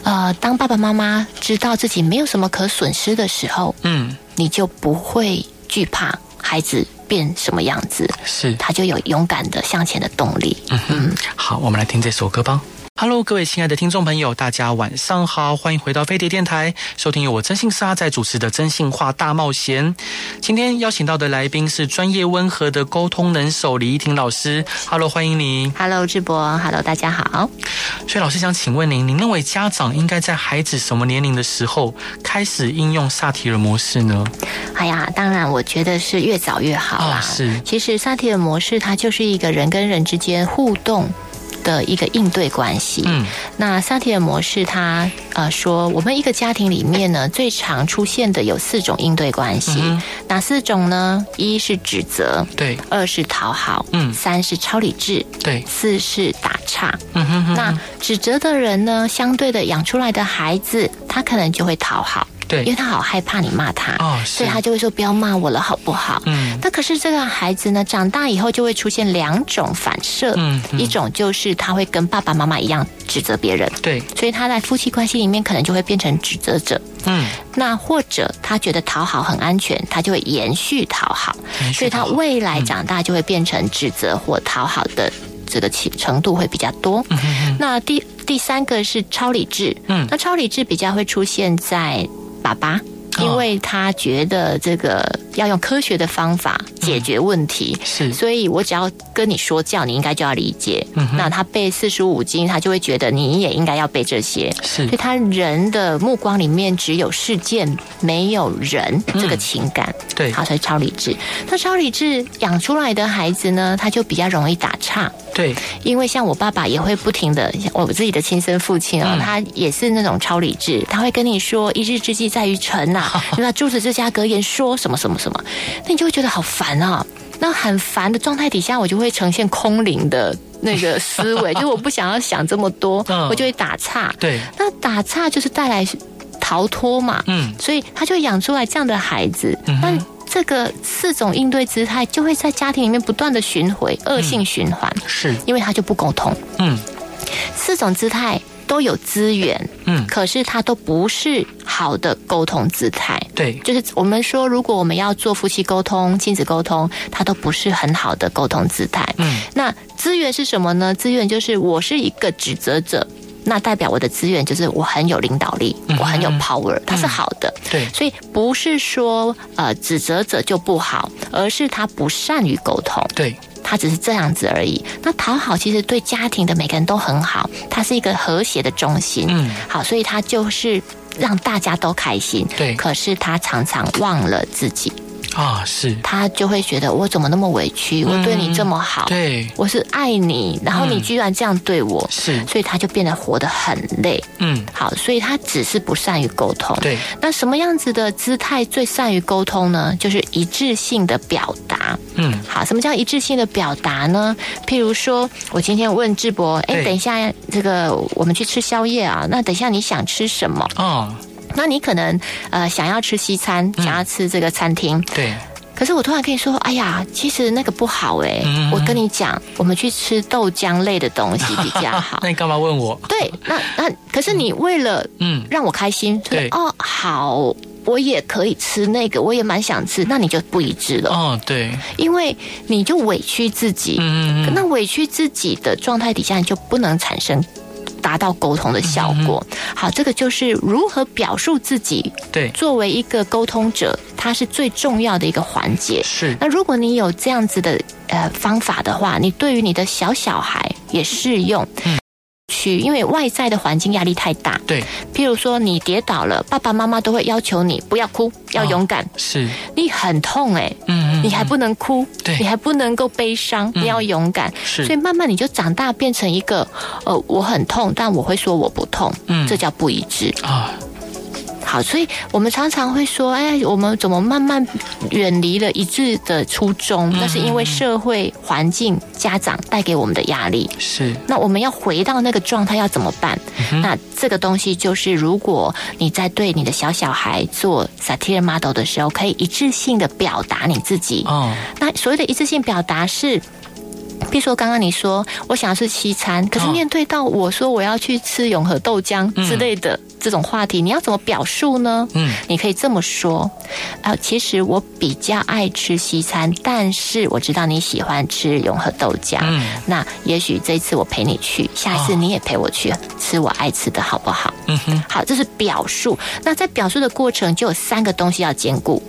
S2: 呃，当爸爸妈妈知道自己没有什么可损失的时候，
S1: 嗯，
S2: 你就不会惧怕孩子变什么样子，
S1: 是，
S2: 他就有勇敢的向前的动力。嗯，
S1: 好，我们来听这首歌吧。Hello，各位亲爱的听众朋友，大家晚上好，欢迎回到飞碟电台，收听由我真心沙在主持的《真性话大冒险》。今天邀请到的来宾是专业温和的沟通能手李依婷老师。Hello，欢迎您。
S2: Hello，智博，Hello，大家好。
S1: 所以老师想请问您，您认为家长应该在孩子什么年龄的时候开始应用萨提尔模式呢？
S2: 哎呀，当然，我觉得是越早越好啦。
S1: 啊是
S2: 其实萨提尔模式它就是一个人跟人之间互动。的一个应对关系。
S1: 嗯，
S2: 那萨提尔模式它，呃说，我们一个家庭里面呢，最常出现的有四种应对关系。
S1: 嗯哼
S2: 哪四种呢？一是指责，
S1: 对
S2: 二是讨好，
S1: 嗯
S2: 三是超理智，
S1: 对，
S2: 四是打岔。
S1: 嗯哼哼，
S2: 那指责的人呢，相对的养出来的孩子，他可能就会讨好，因为
S1: 对
S2: 他好害怕你骂他，
S1: 哦，是
S2: 所以他就会说不要骂我了，好不好？
S1: 嗯
S2: 那可是这个孩子呢，长大以后就会出现两种反射，
S1: 嗯嗯
S2: 一种就是他会跟爸爸妈妈一样指责别人，
S1: 对
S2: 所以他在夫妻关系里面可能就会变成指责者。
S1: 嗯，
S2: 那或者他觉得讨好很安全，他就会延续讨好，
S1: 延续
S2: 所以他
S1: 讨好
S2: 未来长大就会变成指责或讨好的这个程程度会比较多。那第第三个是超理智，
S1: 嗯
S2: 那超理智比较会出现在爸爸。
S1: 哦
S2: 因为他觉得这个要用科学的方法解决问题，
S1: 是
S2: 所以我只要跟你说教，你应该就要理解。
S1: 嗯
S2: 那他背四书五经，他就会觉得你也应该要背这些。
S1: 是
S2: 所以他人的目光里面只有事件，没有人这个情感。
S1: 嗯对
S2: 好，所以超理智。那超理智养出来的孩子呢，他就比较容易打岔，
S1: 对
S2: 因为像我爸爸也会不停的，我自己的亲生父亲啊、
S1: 嗯
S2: 他也是那种超理智，他会跟你说一日之计在于晨呐、
S1: *laughs*
S2: 啊，那朱子之家格言说什么什么什么，那你就会觉得好烦啊。那很烦的状态底下，我就会呈现空灵的那个思
S1: *laughs*
S2: 维，就是我不想要想这么多
S1: 嗯，
S2: 我就会打岔。
S1: 对，
S2: 那打岔就是带来逃脱嘛，
S1: 嗯
S2: 所以他就养出来这样的孩子。
S1: 嗯
S2: 那
S1: 哼
S2: 这个四种应对姿态就会在家庭里面不断的巡回，恶性循环，
S1: 是
S2: 因为他就不沟通。
S1: 嗯
S2: 四种姿态都有资源，
S1: 嗯，
S2: 可是它都不是好的沟通姿态。
S1: 对，
S2: 就是我们说，如果我们要做夫妻沟通、亲子沟通，它都不是很好的沟通姿态。
S1: 嗯，
S2: 那资源是什么呢？资源就是我是一个指责者，那代表我的资源就是我很有领导力，
S1: 嗯
S2: 我很有 power，它是好的。
S1: 对，
S2: 所以不是说呃指责者就不好，而是他不善于沟通，
S1: 对，
S2: 他只是这样子而已。那讨好其实对家庭的每个人都很好，它是一个和谐的中心。
S1: 嗯，
S2: 好，所以他就是让大家都开心。
S1: 对
S2: 可是他常常忘了自己，
S1: 啊，是，
S2: 他就会觉得我怎么那么委屈？我对你这么好，
S1: 嗯对，
S2: 我是爱你，然后你居然这样对我，
S1: 是，
S2: 所以他就变得活得很累。
S1: 嗯，
S2: 好，所以他只是不善于沟通。
S1: 对，
S2: 那什么样子的姿态最善于沟通呢？就是一致性的表达。
S1: 嗯，
S2: 好，什么叫一致性的表达呢？譬如说，我今天问智博，哎
S1: 对，
S2: 等一下，这个我们去吃宵夜啊，那等一下你想吃什么？
S1: 哦，
S2: 那你可能呃想要吃西餐，
S1: 嗯
S2: 想要吃这个餐厅，
S1: 对，
S2: 可是我突然可以说，哎呀，其实那个不好哎、
S1: 嗯
S2: 我跟你讲，我们去吃豆浆类的东西比较
S1: *laughs*
S2: 好。
S1: 那你干嘛问我？
S2: 对，那那可是你为了
S1: 嗯，
S2: 让我开心，就
S1: 对
S2: 是哦好，我也可以吃那个，我也蛮想吃，那你就不一致了，
S1: 哦，对，
S2: 因为你就委屈自己，
S1: 嗯嗯嗯，
S2: 那委屈自己的状态底下，你就不能产生。达到沟通的效果。
S1: 嗯
S2: 好，这个就是如何表述自己，
S1: 对，
S2: 作为一个沟通者，它是最重要的一个环节。
S1: 是，
S2: 那如果你有这样子的呃方法的话，你对于你的小小孩也适用。
S1: 嗯
S2: 去，因为外在的环境压力太大，
S1: 对，
S2: 譬如说你跌倒了，爸爸妈妈都会要求你不要哭，要勇敢。
S1: 是，
S2: 你很痛哎、
S1: 嗯嗯，
S2: 你还
S1: 嗯
S2: 不能哭，
S1: 对嗯
S2: 你还不能够悲伤，你要勇敢。所以
S1: 是，
S2: 慢慢你就长大，变成一个呃，我很痛，但我会说我不痛，
S1: 嗯
S2: 这叫不一致。
S1: 啊，
S2: 好，所以我们常常会说，哎，我们怎么慢慢远离了一致的初衷？那是因为社会环境、家长带给我们的压力。
S1: 是，
S2: 那我们要回到那个状态要怎么办？那这个东西就是，如果你在对你的小小孩做 satire model 的时候，可以一致性的表达你自己。
S1: 哦，
S2: 那所谓的一致性表达是。比如说，刚刚你说我想要吃西餐，可是
S1: 嗯
S2: 面对到我说我要去吃永和豆浆之类的这种话题，你要怎么表述呢？
S1: 嗯，
S2: 你可以这么说，啊、其实我比较爱吃西餐，但是我知道你喜欢吃永和豆浆，
S1: 嗯
S2: 那也许这次我陪你去，下一次
S1: 哦
S2: 你也陪我去、吃我爱吃的好不好？
S1: 嗯哼，
S2: 好，这是表述。那在表述的过程就有三个东西要兼顾，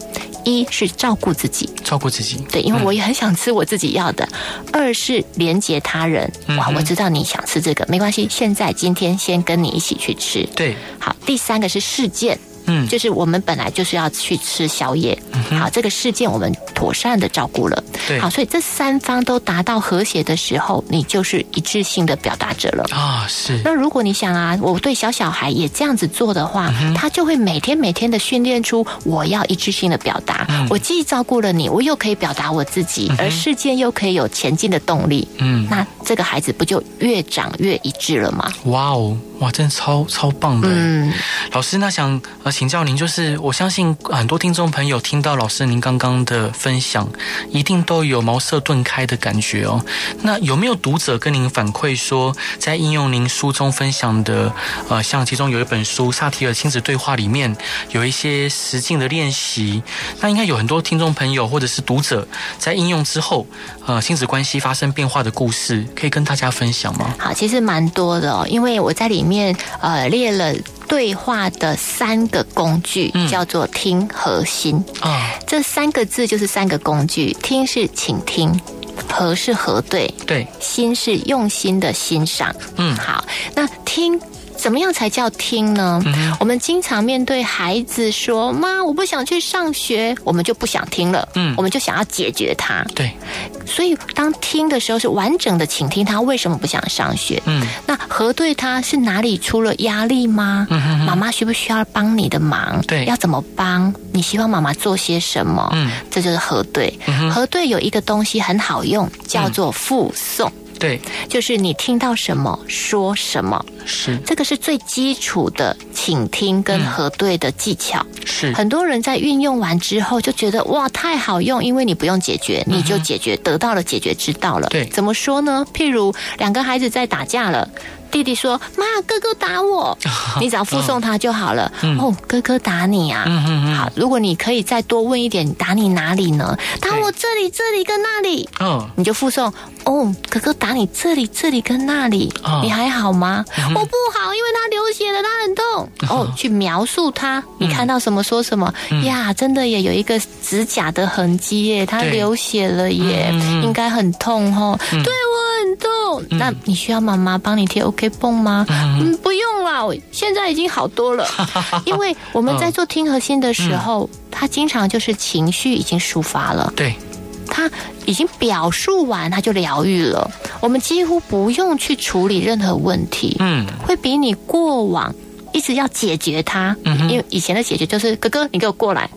S2: 一是照顾自己，
S1: 照顾自己，
S2: 对，因为我也很想吃我自己要的。二是连接他人，哇，
S1: 嗯哼
S2: 我知道你想吃这个，没关系，现在今天先跟你一起去吃。
S1: 对，
S2: 好，第三个是事件，
S1: 嗯，
S2: 就是我们本来就是要去吃宵夜，好，这个事件我们妥善的照顾了，
S1: 对
S2: 好，所以这三方都达到和谐的时候，你就是一致性的表达者了。
S1: 啊，是，
S2: 那如果你想啊，我对小小孩也这样子做的
S1: 嗯
S2: 话，他就会每天每天的训练出我要一致性的表达。
S1: 嗯
S2: 我既照顾了你，我又可以表达我自己，而事件又可以有前进的动力。
S1: 嗯，
S2: 那这个孩子不就越长越一致了吗？
S1: 哇哦，哇，真的超超棒的，欸
S2: 嗯，
S1: 老师，那想呃请教您，就是我相信呃很多听众朋友听到老师您刚刚的分享，一定都有茅塞顿开的感觉哦。那有没有读者跟您反馈说，在应用您书中分享的，呃，像其中有一本书《萨提尔亲子对话》里面有一些实境的练习，那应该有很多听众朋友或者是读者在应用之后，呃，亲子关系发生变化的故事，可以跟大家分享吗？
S2: 好，其实蛮多的哦，因为我在里面呃列了对话的三个工具，
S1: 嗯
S2: 叫做听和心。
S1: 啊，
S2: 这三个字就是三个工具，听是倾听，和是核对，
S1: 对，
S2: 心是用心的欣赏。
S1: 嗯
S2: 好，那听。怎么样才叫听呢？
S1: 嗯
S2: 我们经常面对孩子说：“妈，我不想去上学。”我们就不想听了，
S1: 嗯
S2: 我们就想要解决它。
S1: 对，
S2: 所以，当听的时候是完整的倾听他为什么不想上学。
S1: 嗯，
S2: 那核对他是哪里出了压力吗？妈妈需不需要帮你的忙？
S1: 嗯对
S2: 要怎么帮？你希望妈妈做些什么？
S1: 嗯，
S2: 这就是核对。核对有一个东西很
S1: 嗯
S2: 好用，叫做附送，
S1: 对，
S2: 就是你听到什么说什么。
S1: 是
S2: 这个是最基础的倾听
S1: 嗯
S2: 跟核对的技巧。
S1: 是，
S2: 很多人在运用完之后就觉得哇太好用，因为你不用解决，你就解决、得到了解决之道了。
S1: 嗯对
S2: 怎么说呢？譬如两个孩子在打架了。弟弟说：“妈，哥哥
S1: *laughs*
S2: 打我，你只要附送他就好了。哦，哥哥打你啊！
S1: 嗯嗯嗯，
S2: 好，如果你可以再多问一点，打你哪里呢？打
S1: 对
S2: 我这里、这里跟那里。
S1: 嗯，
S2: 你就附送哦，哥哥打你这里、这里跟那里，
S1: 哦
S2: 你还好吗？
S1: 嗯
S2: 我不好，因为他流血了，他
S1: *laughs*
S2: 很痛。哦，去描述
S1: 嗯
S2: 他，你看到什么说什么、呀，真的也有一个指甲的痕迹耶，他
S1: 对
S2: 流血了耶，
S1: 嗯嗯嗯嗯
S2: 应该很痛哦。对我很痛，那你需要妈妈帮你贴 OK 绷吗？嗯，不用啦，我现在已经好多
S1: *laughs*
S2: 了，因为我们
S1: 嗯
S2: 在做听核心的时候，他经常就是情绪已经抒发了。
S1: 对，
S2: 他已经表述完，他就疗愈了。我们几乎不用去处理任何问题，
S1: 嗯，
S2: 会比你过往一直要解决它，因为以前的解决就是哥哥，你给我过来，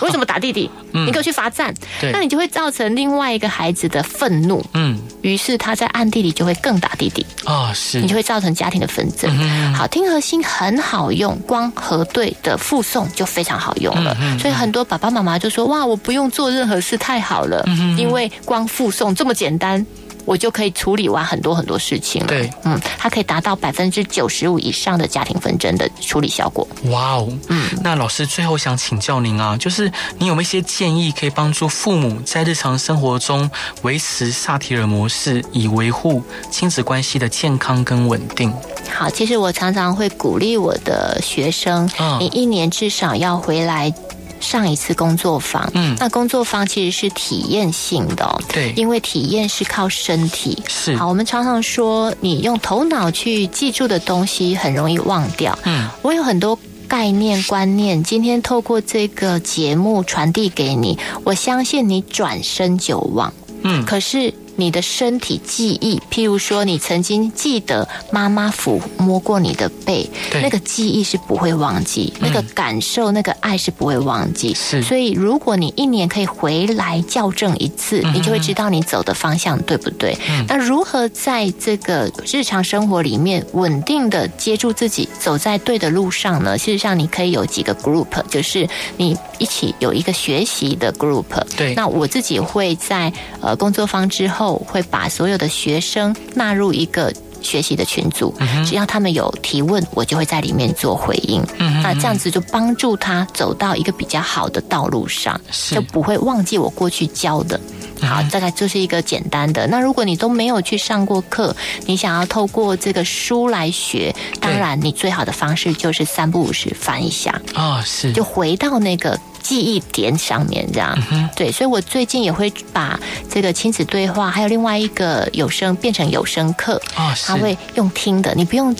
S2: 为什么打弟弟？你给我去罚站，
S1: 对
S2: 那你就会造成另外一个孩子的愤怒，
S1: 嗯，
S2: 于是他在暗地里就会更打弟弟，
S1: 哦，是
S2: 你，就会造成家庭的纷
S1: 嗯
S2: 争。好，听核心很好用，光核对的附送就非常好用了。所以很多爸爸妈妈就说：“哇，我不用做任何事，太好了，
S1: 嗯
S2: 因为光附送这么简单。”我就可以处理完很多很多事情了。
S1: 对，
S2: 嗯，它可以达到百分之九十五以上的家庭纷争的处理效果。
S1: 哇哦，嗯，那老师最后想请教您啊，就是你有没有一些建议可以帮助父母在日常生活中维持萨提尔模式，以维护亲子关系的健康跟稳定？
S2: 好，其实我常常会鼓励我的学生，
S1: 嗯
S2: 你一年至少要回来。上一次工作坊，
S1: 嗯
S2: 那工作坊其实是体验性的、哦，
S1: 对
S2: 因为体验是靠身体。
S1: 是
S2: 好，我们常常说，你用头脑去记住的东西很容易忘掉。
S1: 嗯，
S2: 我有很多概念观念，今天透过这个节目传递给你，我相信你转身就忘。
S1: 嗯
S2: 可是你的身体记忆，譬如说你曾经记得妈妈抚摸过你的背，
S1: 对
S2: 那个记忆是不会忘记，那个感受、那个爱是不会忘记。
S1: 是
S2: 所以如果你一年可以回来校正一
S1: 嗯
S2: 次，你就会知道你走的方向对不对。那如何在这个日常生活里面稳定的接住自己，走在对的路上呢？事实上，你可以有几个 group，就是你一起有一个学习的 group。
S1: 对
S2: 那我自己会在呃工作坊之后，会把所有的学生纳入一个。学习的群组，只要他们有提问，我就会在里面做回应。那这样子就帮助他走到一个比较好的道路上，
S1: 是
S2: 就不会忘记我过去教的。好，大概就是一个简单的。那如果你都没有去上过课，你想要透过这个书来学，当然你最好的方式就是三不五时翻一下。
S1: 啊、是，
S2: 就回到那个记忆点上面，这样、对。所以我最近也会把这个亲子对话，还有另外一个有声变成有声课，
S1: 啊、是
S2: 它，会用听的，你不用。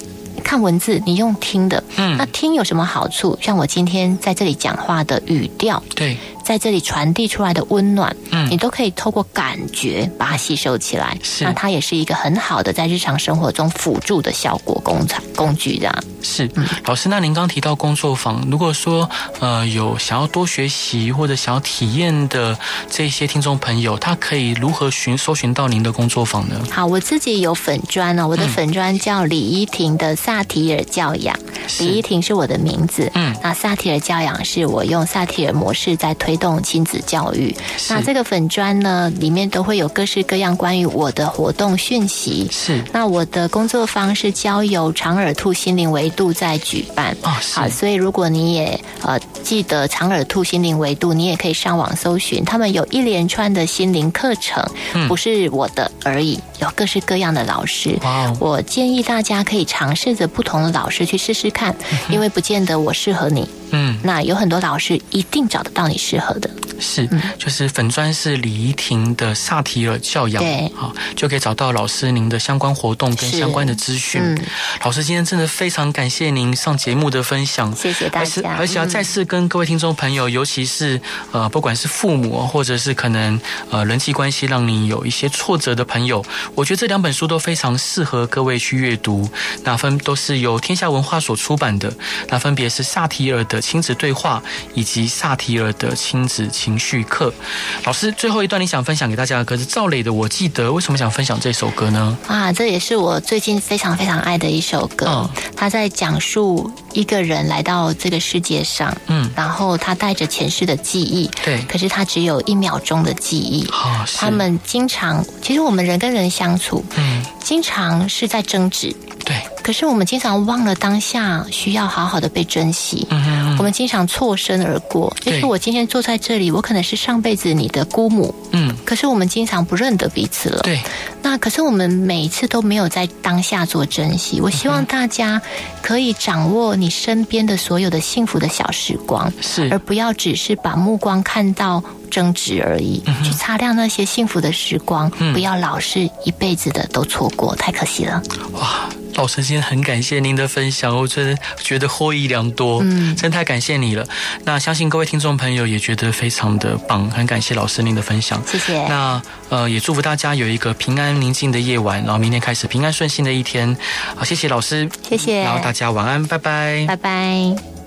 S2: 看文字，你用听的，
S1: 嗯
S2: 那听有什么好处？像我今天在这里讲话的语调，
S1: 对，
S2: 在这里传递出来的温暖，
S1: 嗯
S2: 你都可以透过感觉把它吸收起来。
S1: 是
S2: 那它也是一个很好的在日常生活中辅助的效果工厂工具，这样。
S1: 是，
S2: 嗯
S1: 老师，那您刚提到工作坊，如果说呃有想要多学习或者想要体验的这些听众朋友，他可以如何寻搜寻到您的工作坊呢？
S2: 好，我自己有粉砖哦，我
S1: 嗯
S2: 的粉砖叫李依婷的萨提尔教养，
S1: 是
S2: 李依婷是我的名字。
S1: 嗯
S2: 那萨提尔教养是我用萨提尔模式在推动亲子教育。
S1: 是
S2: 那这个粉砖呢，里面都会有各式各样关于我的活动讯息。
S1: 是
S2: 那我的工作坊是交由长耳兔心灵维度在举办。
S1: 啊、
S2: 好，
S1: 是，
S2: 所以如果你也呃记得长耳兔心灵维度，你也可以上网搜寻，他们有一连串的心灵课程，
S1: 嗯
S2: 不是我的而已，有各式各样的老师。
S1: 哇哦，
S2: 我建议大家可以尝试着不同的老师去试试 *laughs* 看，因为不见得我适合你。
S1: 嗯，
S2: 那有很多老师一定找得到你适合的。
S1: 是，
S2: 嗯
S1: 就是粉砖是李怡婷的萨提尔教养，
S2: 对
S1: 好，就可以找到老师您的相关活动跟
S2: 是
S1: 相关的资讯。
S2: 嗯
S1: 老师，今天真的非常感谢您上节目的分享，
S2: *laughs* 谢谢大家
S1: 而且而且要
S2: 嗯
S1: 再次跟各位听众朋友，尤其是呃，不管是父母或者是可能呃人际关系让你有一些挫折的朋友，我觉得这两本书都非常适合各位去阅读。那分都是由天下文化所出版的，那分别是萨提尔的亲子对话以及萨提尔的亲子情。情绪课。老师，最后一段你想分享给大家的歌是赵磊的《我记得》，为什么想分享这首歌呢？
S2: 啊，这也是我最近非常非常爱的一首歌
S1: 嗯。
S2: 他在讲述一个人来到这个世界上，
S1: 嗯，
S2: 然后他带着前世的记忆，
S1: 对，
S2: 可是他只有一秒钟的记忆。
S1: 好、是
S2: 他，们经常，其实我们人跟人相处，
S1: 嗯，
S2: 经常是在争执，
S1: 对，
S2: 可是我们经常忘了当下需要好好的被珍惜。
S1: 嗯嗯
S2: 我们经常错身而过，就
S1: 对
S2: 是我今天坐在这里，我可能是上辈子你的姑母，
S1: 嗯，
S2: 可是我们经常不认得彼此了。
S1: 对，
S2: 那可是我们每一次都没有在当下做珍惜。我希望大家可以掌握你身边的所有的幸福的小时光， *laughs*
S1: 是
S2: 而，不要只是把目光看到争执而已，去擦亮那些幸福的时光，
S1: 嗯
S2: 不要老是一辈子的都错过，太可惜了。
S1: 哇。老师，今天很感谢您的分享，我真的觉得获益良多，
S2: 嗯
S1: 真太感谢你了。那相信各位听众朋友也觉得非常的棒，很感谢老师您的分享。
S2: 谢谢。
S1: 那呃，也祝福大家有一个平安宁静的夜晚，然后明天开始平安顺心的一天。好，谢谢老师，
S2: 谢谢
S1: 然后大家晚安，拜拜
S2: 拜拜。